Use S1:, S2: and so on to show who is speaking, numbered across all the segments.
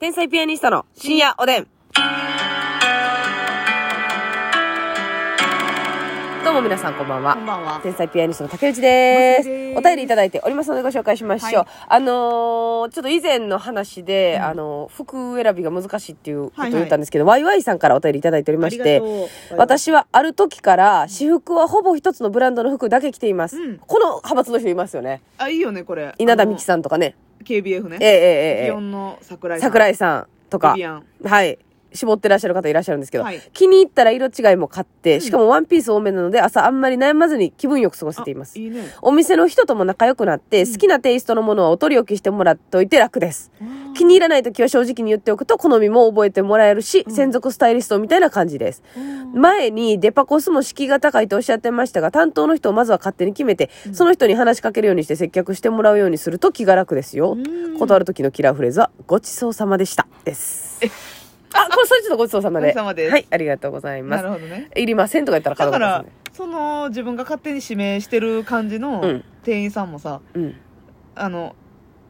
S1: 天才ピアニストの深夜おでん。どうも皆さんこんばんは。
S2: こんばんは。
S1: 天才ピアニストの竹内です。
S2: 竹内です
S1: お便りいただいておりますのでご紹介しましょう。
S2: はい
S1: あのーちょっと以前の話で、
S2: うん
S1: あのー服選びが難しいっていうことを
S2: はいはい
S1: 言ったんですけど、ワイワイさんからお便りいただいておりまし
S2: あり
S1: て
S2: が、とう、
S1: 私はある時から私服はほぼ一つのブランドの服だけ着ています。
S2: うん
S1: この派閥の人いますよね。
S2: あ、いいよね、これ。
S1: 稲田美希さんとかね。
S2: ん。KBF ね。
S1: えええええ
S2: 祇
S1: え
S2: 園の桜井さん。
S1: 桜井さんとか
S2: ビビ。アン。
S1: はい。絞ってらっしゃる方いらっしゃるんですけど、
S2: はい
S1: 気に入ったら色違いも買って、
S2: ん
S1: しかもワンピース多めなので朝あんまり悩まずに気分よく過ごせています
S2: あ。いいね。
S1: お店の人とも仲良くなって、好きなテイストのものはお取り置きしてもらっておいて楽です。気に入らない時は正直に言っておくと好みも覚えてもらえるし、専属スタイリストみたいな感じです。前にデパコスも敷居が高いとおっしゃってましたが、担当の人をまずは勝手に決めて、その人に話しかけるようにして接客してもらうようにすると気が楽ですよ。断る時のキラーフレーズは、ごちそうさまでした。です。あ、これそれちょっとごちそうさまで。
S2: ごちそうさまです
S1: はい、ありがとうございま
S2: な
S1: す
S2: る。ほどね。
S1: いりませんとか言ったら
S2: だ
S1: 角
S2: か
S1: が
S2: ら
S1: 立つね、
S2: その、自分が勝手に指名してる感じの
S1: うん
S2: 店員さんもさ、
S1: うん。
S2: あの、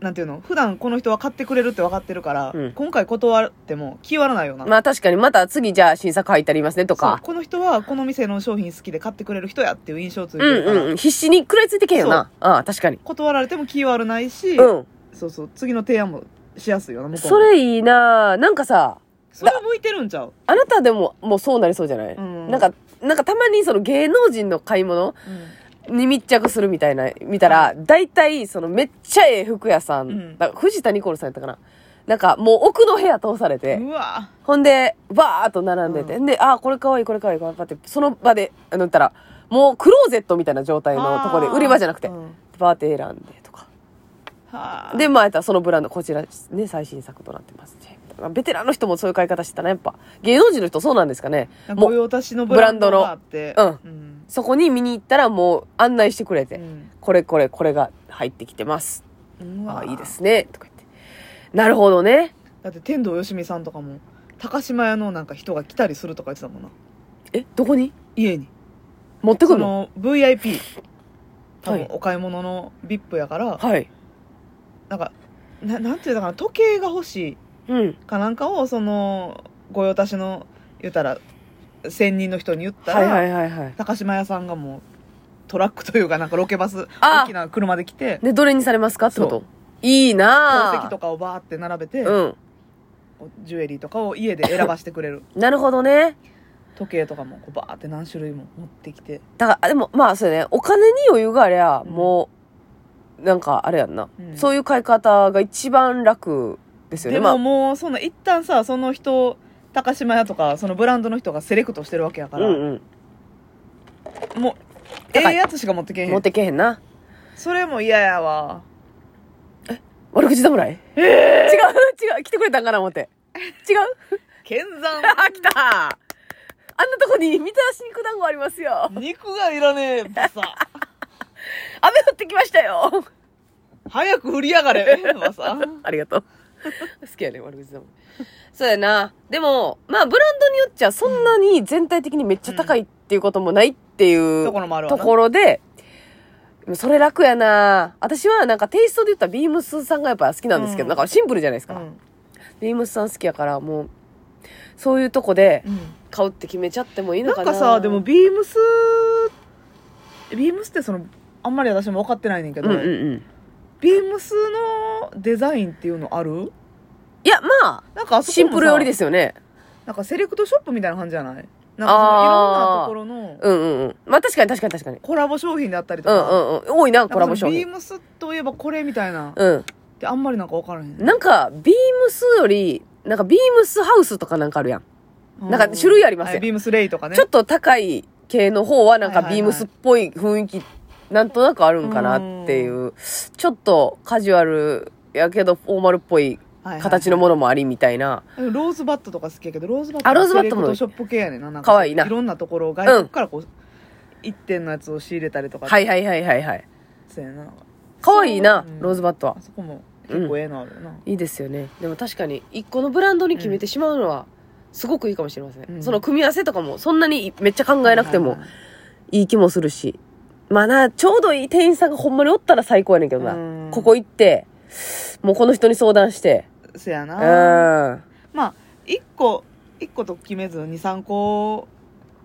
S2: なんていうの普段この人は買ってくれるって分かってるから、
S1: うん
S2: 今回断っても気割らないよな。
S1: まあ確かにまた次じゃあ新作入ったりますねと
S2: そう
S1: か。
S2: この人はこの店の商品好きで買ってくれる人やっていう印象ついて
S1: う
S2: る
S1: ん
S2: か
S1: う
S2: ら、
S1: んうん。必死に食らいついてけよな。ああ、確かに。
S2: 断られても気悪ないし、
S1: うん。
S2: そうそう次の提案もしやすいよな向こうも
S1: それいいななんかさ、
S2: それ向いてるんちゃう、
S1: あなたでももうそうなりそうじゃない、
S2: うん
S1: なんか、なんかたまにその芸能人の買い物に密着するみたいな、見たら、大体そのめっちゃええ服屋さん、
S2: うん
S1: なんか藤田ニコルさんやったかな。なんかもう奥の部屋通されて、
S2: うわ
S1: ほんで、バーっと並んでて、で、あー、これかわいい、これかわいい、これかわいいって、その場で、あの、言ったら、もうクローゼットみたいな状態のとこで、売り場じゃなくて、
S2: うんは
S1: バーって選んでとか。
S2: あ
S1: で、まあ、やったらそのブランド、こちらですね、最新作となってますね。まあベテランの人もそういう買い方してたな、やっぱ。芸能人の人そうなんですかね。
S2: なんか
S1: も
S2: 御
S1: う、
S2: 用達のブランド
S1: ブランドの
S2: があって
S1: うん
S2: ん
S1: そこに見に行ったらもう案内してくれて、
S2: うん
S1: これこれこれが入ってきてます。
S2: うわ
S1: あいいですね、とか言って。なるほどね。
S2: だって天童よしみさんとかも高島屋のなんか人が来たりするとか言ってたもんな
S1: え、どこに
S2: 家に
S1: 持ってく
S2: そ
S1: るの
S2: の VIP 多
S1: は
S2: 分
S1: い
S2: お買い物の VIP やから、
S1: はい。
S2: なんかななんていうのかな時計が欲しい
S1: うん。
S2: かなんかをその御用達の言ったら専人の人に言った
S1: は
S2: ら、
S1: いはいはいはい。
S2: 高島屋さんがもうトラックというかなんかロケバス
S1: あ
S2: 大きな車で来て
S1: で、どれにされますかってこ
S2: そ
S1: と
S2: う
S1: いい
S2: 宝
S1: な
S2: 石と
S1: ぁ。
S2: かをバーって並べて、
S1: うん。
S2: ジュエリーとかを家で選ばしてくれる
S1: なるほどね。
S2: 時計とかもこうバーって何種類も持ってきて、
S1: だから、でも、まあ、そうやね。お金に余裕がありゃ、
S2: うん
S1: もう、なんか、あれやんな、
S2: うん
S1: そういう買い方が一番楽ですよね。
S2: で
S1: ま
S2: も
S1: あ、
S2: もうその一旦さその人高島屋とかそのブランドの人がセレクトしてるわけやか
S1: う
S2: ら、
S1: ん
S2: もうえ
S1: 高い
S2: えやつしか持ってけ
S1: う
S2: へ
S1: ん。持っ
S2: ん
S1: てけへんな。
S2: それも嫌やわ
S1: 悪口侍ええ違う、違う。来てくれたんかな、思って。 違う
S2: 剣山
S1: あ、来たあんなとこに、みたらし肉団子ありますよ。雨
S2: 肉がいらねえバサ
S1: 降ってきましたよ。
S2: 早く振りやがれバ サ
S1: ありがとう。好きやね、悪口だもん。そうやな。でも、まあ、ブランドによっちゃ、そんなに全体的にめっちゃ高いっていうこともないっていう
S2: ところもあるわ
S1: と
S2: な
S1: ころで、それ楽やな。私はなんかテイストで言ったらビームスさんがやっぱ好きなんですけど、
S2: うん
S1: なんかシンプルじゃないです
S2: う
S1: か。
S2: ん
S1: ビームスさん好きやから、もう、そういうとこで
S2: うん
S1: 買うって決めちゃってもいい
S2: な
S1: の
S2: ん
S1: かな。
S2: かさでも、ビームスビームスってそのあんまり私も分かってないねんけ
S1: う
S2: ど、
S1: んうんうん。
S2: ビームスのデザインっていうのある
S1: いや、ま
S2: なんかあ
S1: あ、
S2: そこもさ
S1: シンプルよりですよね。
S2: なんかセレクトショップみたいな感じじゃないなんかそのいろんなところの
S1: うんうんうん。まあ確かに確かに確かに。
S2: コラボ商品であったりと
S1: う
S2: か,、
S1: んうんうん。多いな、コラボ商
S2: ビー
S1: 品。
S2: ムスといえばこれみたいなっ
S1: うん。
S2: てあんまりなんか分からへん
S1: なんか、ビームスより、なんかビームスハウスとかなんかあるやん。
S2: う
S1: なんか種類ありますよ
S2: はいビームスレイとかね
S1: ちょっと高い系の方はなんか
S2: はいはい
S1: ビ
S2: はい
S1: ームスっぽい雰囲気、なんとなくあるんかなっていう、ちょっとカジュアルやけどフォーマルっぽい形のも
S2: の
S1: のもありみたいな。
S2: ローズバットとか好きやけどローズバット
S1: あローズバットも
S2: セレクトショップ系やねんななん
S1: かわいいない
S2: ろんなところを外国からこう、一点のやつを仕入れたりとか
S1: はいはいはいはいはい。
S2: そうやな
S1: かわいいな
S2: そうう、ん
S1: ローズバットは
S2: あ。そこも結構ええのあるよな、
S1: いいですよね。でも確かに、一個のブランドに決めてしまうのは、すごくいいかもしれません。
S2: うん
S1: その組み合わせとかも、そんなにめっちゃ考えなくても
S2: はい
S1: い気もするし。まあな、ちょうどいい店員さんがほんまにおったら最高やねんけど
S2: はいはい
S1: な。
S2: うん
S1: ここ行って、もうこの人に相談して、
S2: せやな。
S1: うん。
S2: まあ、一個、一個と決めず、二、三個、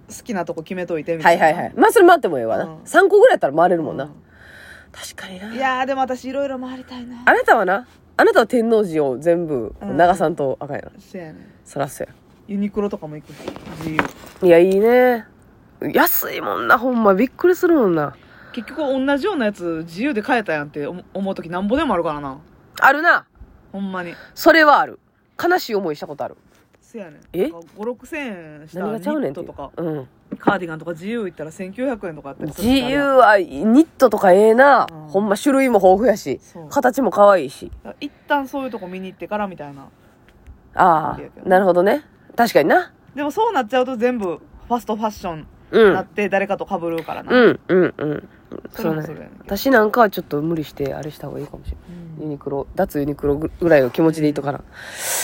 S2: 好きなとこ決めといて
S1: は
S2: みたい
S1: い
S2: な。
S1: はいはい。まあそれ回ってもええわな。
S2: うん
S1: 3個ぐらいやったら回れるもんな。
S2: う。
S1: 確かになん
S2: いやー、でも私いろいろ回りたいな
S1: あ。なたはな、あなたは天王寺を全部
S2: うん
S1: 流さんとあかんやな。
S2: せやね。
S1: そらそう
S2: ユニクロとかも行くし、自由。
S1: や。いや、いいね。安いもんな、ほんま。びっくりするもんな。
S2: 結局同じようなやつ自由で買えたやんって思思う時なんぼでもあるからな。
S1: あるな。
S2: ほんまに。
S1: それはある。悲しい思いしたことある。
S2: せやねん。
S1: え
S2: なんか ?5、6千円した
S1: 何が
S2: ニ
S1: ちゃうねん
S2: ッ
S1: って
S2: ト
S1: いう
S2: とか、
S1: うん。
S2: カーディガンとか自由行ったら1900円とかあったりす
S1: 自
S2: るから
S1: 由は、ニットとかええな。
S2: うん
S1: ほんま種類も豊富やし
S2: そう、
S1: 形も可愛いし。
S2: だから一旦そういうとこ見に行ってからみたいな。
S1: あ
S2: いいやけ
S1: あ、
S2: ど
S1: なるほどね。確かにな。
S2: でもそうなっちゃうと全部ファストファッションに
S1: う
S2: なっ
S1: ん。
S2: て誰かと被るからな。
S1: うん、うん、うん。
S2: それもそ
S1: そう
S2: れや
S1: ね
S2: ねんけど
S1: 私なんかはちょっと無理してあれした方がいいかもしれない。ユニクロ、脱ユニクロぐらいの気持ちでいいとかな。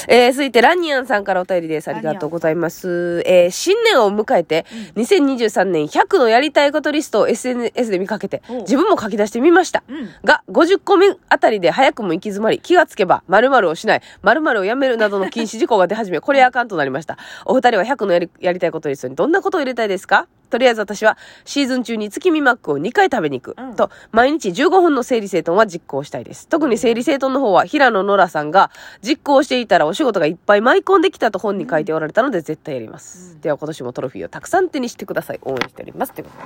S1: えー、続いて、ラニアンさんからお便りです。ありがとうございます。えー、新年を迎えて、2023年100のやりたいことリストを SNS で見かけて
S2: おう、
S1: 自分も書き出してみました。
S2: うん。うん。
S1: が、50個目あたりで早くも行き詰まり、気がつけば、〇〇をしない、〇〇をやめるなどの禁止事項が出始め、これあかんとなりました。お二人は100のやりやりたいことリストにどんなことを入れたいですかとりあえず私は、シーズン中に月見マックを2回食べに行く。
S2: うん
S1: と、毎日15分の整理整頓は実行したいです。特に整理整頓の方は、平野ノラさんが、実行していたらお仕事がいっぱい舞い込んできたと本に書いておられたので、絶対やります。
S2: うん
S1: では、今年もトロフィーをたくさん手にしてください。応援しております。ということ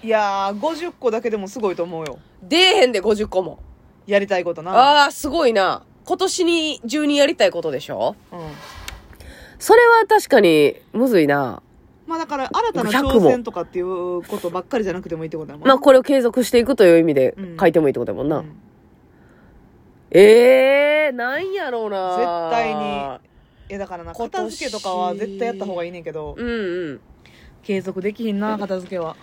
S1: で
S2: いやー、50個だけでもすごいと思うよ。
S1: 出えへんで、50個も。
S2: やりたいことな。
S1: ああー、すごいな。今年に中にやりたいことでしょ
S2: うん。
S1: それは確かに、むずいな。
S2: まあだから新たな
S1: 500
S2: 挑戦とかっていうことばっかりじゃなくてもいいってことだもん
S1: まあ、これを継続していくという意味で
S2: うん
S1: 書いてもいいってことだもんな。
S2: うん
S1: ええー、なんやろうな。
S2: 絶対に。いやだからな
S1: 今年
S2: 片付けとかは絶対やった方がいいねんけど
S1: うんうん。
S2: 継続できひんな片付けは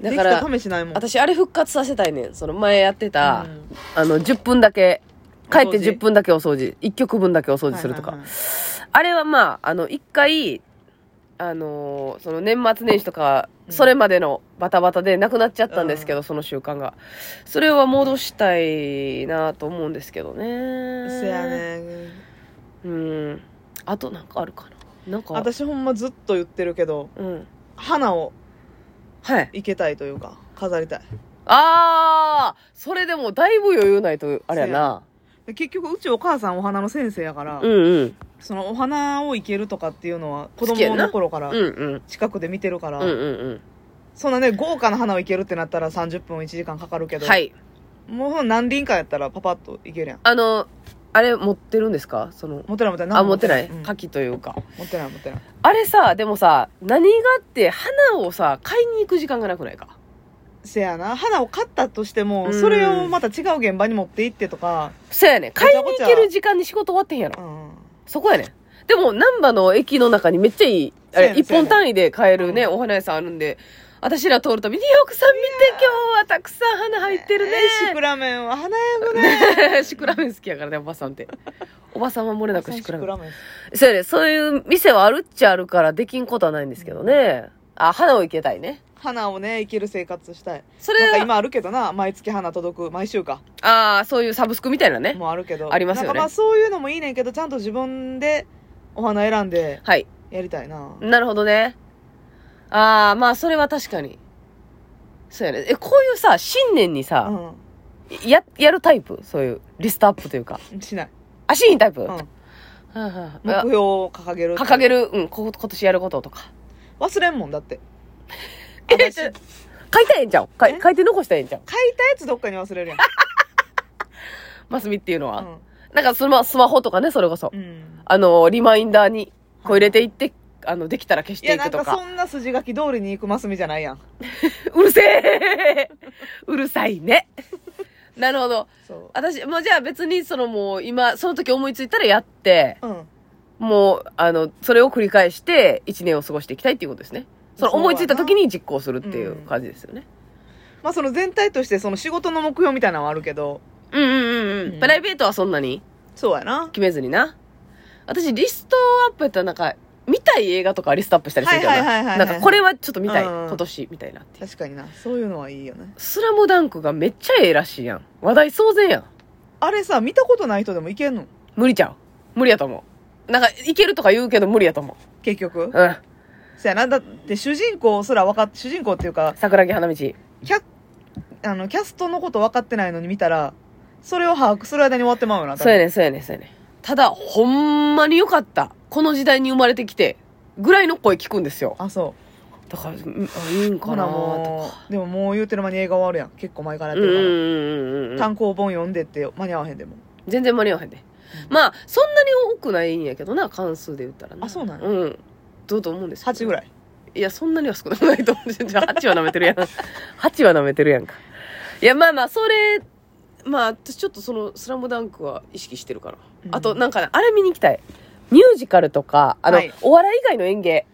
S1: だから
S2: できた試しないもん
S1: 私、あれ復活させたいねん。その前やってた、
S2: うん
S1: あの、10分だけ。帰って
S2: お掃除
S1: 10分だけお掃除。1曲分だけお掃除するとか。
S2: はいはいはい
S1: あれはまあ、あの、一回、あのーその年末年始とか、
S2: うん
S1: それまでのバタバタでなくなっちゃったんですけど、
S2: う
S1: その習慣が。それは戻したいなと思うんですけどね。
S2: せや。ね
S1: うん。あとなんかあるかななんか。
S2: 私ほんまずっと言ってるけど
S1: うん。
S2: 花を
S1: はい。
S2: いけたいというか飾りたい
S1: あーそれでもだいぶ余裕ないと、あれやな。
S2: で結局うちお母さんお花の先生やから、
S1: うんうん。
S2: そのお花をいけるとかっていうのは子
S1: 好きや
S2: 供
S1: な
S2: の頃から
S1: うんうん。
S2: 近くで見てるから、
S1: うんうん
S2: そんなね豪華な花をいけるってなったら30分1時間かかるけ
S1: うん。
S2: ど、
S1: はい。
S2: もう何輪かやったらパパッといけるやん
S1: あの、あれ持ってるんですかその、
S2: 持ってない持ってない
S1: あ、持ってない
S2: うん持っ
S1: 牡蠣というか。
S2: てない持ってない
S1: あれさ、でもさ、何があって、花をさ、買いに行く時間がなくないか。
S2: せやな花を買ったとして
S1: う
S2: も
S1: ん
S2: それをまた違う現場に持って行ってとか、
S1: そうやねん。買いに行ける時間に仕事終わってんや
S2: う
S1: ろ。
S2: ん、
S1: そこやねん。でも、難波の駅の中にめっちゃいい、あ
S2: そうや
S1: れ、
S2: ねん
S1: 一本単位で買えるね、
S2: う
S1: お花屋さんあるんで、私ら通るたびに、よくさん見て、今日はたくさん花入ってるね。
S2: えーシクラメンは華やぐ ね
S1: シクラメン好きやからね、おばさんって。おばさんは漏れなくシ クラメン。
S2: メン
S1: そうやねんそういう店はあるっちゃあるから、できんことはないんですけどね。あ、花をいけたいね。
S2: 花をね生きる生活したい
S1: それ
S2: なんか
S1: は、
S2: 今あるけどな毎月花届く毎週か
S1: ああ、そういうサブスクみたいなね。
S2: もうあるけど
S1: ありますよね
S2: なんかまあそういうのもいいねんけどちゃんと自分でお花選んで
S1: はい。
S2: やりたいな
S1: なるほどね。ああ、まあ、それは確かに。そうやね。え、こういうさ、新年にさ、
S2: う
S1: や、やるタイプそういう、リストアップというか。
S2: んしない、
S1: あ、新年タイプ、
S2: うん、
S1: はいはい
S2: 目
S1: はい
S2: 標を掲げる
S1: 掲げる、うん、こ今年やることとか。
S2: 忘れんもんだって
S1: え、
S2: 私
S1: ち
S2: 書
S1: ょ
S2: い
S1: 書いたらええんちゃうかい
S2: え
S1: 書いて残したらええんちゃう
S2: たやつどっかに忘れるやん、
S1: マスミっていうのは。
S2: うん
S1: なんかスマ、スマホとかね、それこそ。
S2: うん、
S1: あの、リマインダーに、こう入れていって、あの、できたら消し
S2: い
S1: て
S2: や
S1: い
S2: な
S1: く
S2: ん
S1: と
S2: か
S1: か。
S2: そんな筋書き通りに行くマスミじゃないやん
S1: うるせえうるさいね。なるほど。
S2: そ
S1: 私、もうじゃあ別にそのもう今、その時思いついたらやって、
S2: ううん
S1: もう、あの、それを繰り返して一年を過ごしていきたいっていうことですね。その
S2: そうやな
S1: 思いついた時に実行するっていう
S2: うん
S1: 感じですよね。
S2: まあその全体としてその仕事の目標みたいなのはあるけど
S1: うんうんうんう。
S2: うんん
S1: プライベートはそんなに
S2: そうやな
S1: 決めずにな。私、リストアップやったらなんか、見たい映画とかリストアップしたりするけど
S2: はいはいは
S1: な。
S2: いはいはい
S1: なんかこれはちょっと見たい。
S2: うん
S1: 今年みたいなっていう。
S2: 確かになそういうのはいいよね
S1: スラムダンクがめっちゃええらしいやん。話題騒然やん。
S2: あれさ見たことない人でもいけんの
S1: 無理ちゃう。無理やと思う。なんか、いけるとか言うけど無理やと思
S2: 結局
S1: う。うん。
S2: そやなだって主人公すら分かっ主人公っていうか
S1: 桜木花道。そ
S2: キャあのキャストのこと分かってないのに見たらそれを把握する間に終わってまうよな多分
S1: うやねん、そうやねん、そうやねん。ただ、ほんまによかった。この時代に生まれてきて、ぐらいの声聞くんですよ。
S2: あそ
S1: だから、うんあいいん
S2: う
S1: か
S2: ほ
S1: な
S2: な
S1: と
S2: も
S1: か。
S2: うでももう言うてる間に映画終わるやん結構前からや
S1: う
S2: っ
S1: ん
S2: て
S1: うん
S2: る
S1: うんうん
S2: から単行本読んでって間に合わへんでも
S1: 全然間に合わへんで。まあ、そんなに多くないんやけどな、関数で言ったらね。
S2: あそうなの
S1: うん。どうと思うんですけど
S2: 8ぐらい
S1: いや、そんなには少なくないと思う。じゃあ、8は舐めて るやん。8は舐めてるやんか。いや、まあまあ、それ、まあ、私ちょっとその、スラムダンクは意識してるから。
S2: うん
S1: あと、なんかね、あれ見に行きたい。ミュージカルとか、あの、
S2: はい
S1: お笑い以外の演芸、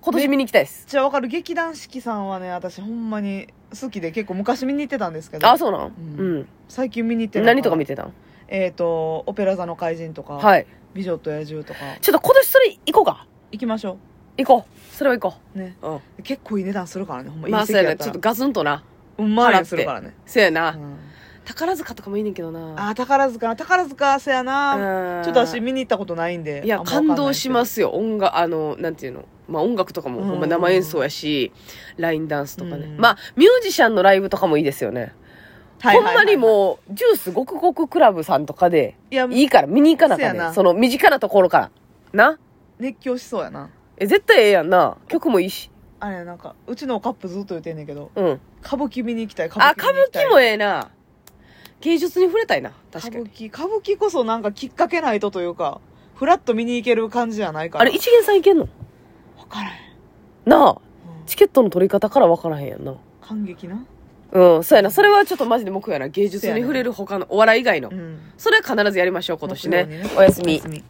S1: 今年見に行きたいです。
S2: じゃあ分かる劇団四季さんはね私ほんまに好きで結構昔見に行ってたんですけど
S1: あ、そうなん
S2: うん
S1: うん。
S2: 最近見に行ってない
S1: 何とか見てたん
S2: えっ、と「オペラ座の怪人」とか「
S1: はい。
S2: 美女と野獣」とか
S1: ちょっと今年それ行こうか。
S2: 行きましょ
S1: 行こう。それは行こ
S2: うね
S1: う。うん。
S2: 結構いい値段するからねほんまい
S1: ま
S2: い
S1: あ、
S2: 席
S1: そうや
S2: や
S1: な。
S2: った
S1: ちょっ
S2: ら
S1: とガツンとな。
S2: うんまいするからね、
S1: そうや
S2: う
S1: な。
S2: ん
S1: 宝塚とかもいいねんけどな。
S2: あー宝塚宝塚せやな
S1: あ
S2: ちょっと私見に行ったことないんで
S1: いや、感動しますすよ。音楽、あの、なんていうの。まあ音楽とかも、
S2: うん
S1: ほんま生演奏やし、ラインダンスとかね。
S2: うん
S1: まあ、ミュージシャンのライブとかもいいですよね。ほんまにもう、ジュースごくごくクラブさんとかで、
S2: ういや
S1: いいから見に行かなあかん
S2: せや
S1: ね。
S2: なん
S1: その身近なところから。な
S2: 熱狂しそうやな
S1: え、絶対ええやんな。曲もいいし。
S2: あれなんかうちのカップずっと言ってんねんけど
S1: うん。
S2: 歌舞伎見に行きたい歌
S1: あ、
S2: 見
S1: 歌
S2: に行
S1: 舞
S2: きたい
S1: 伎もええな。芸術に触れたいな。確か
S2: 歌舞
S1: に。
S2: 伎歌舞伎こそなんかきっかけないとというかフラッと見に行ける感じじゃないから
S1: あれ、一元さん行けんの
S2: 分からへん、
S1: なあ。
S2: うん
S1: チケットの取り方から分からへんやんな。
S2: 感激な
S1: うん、そうやな。それはちょっとマジで目標やな。芸術に触れる他の、お笑い以外の
S2: う。ん
S1: それは必ずやりましょう、今年ね
S2: 目標にね。
S1: おやすみ。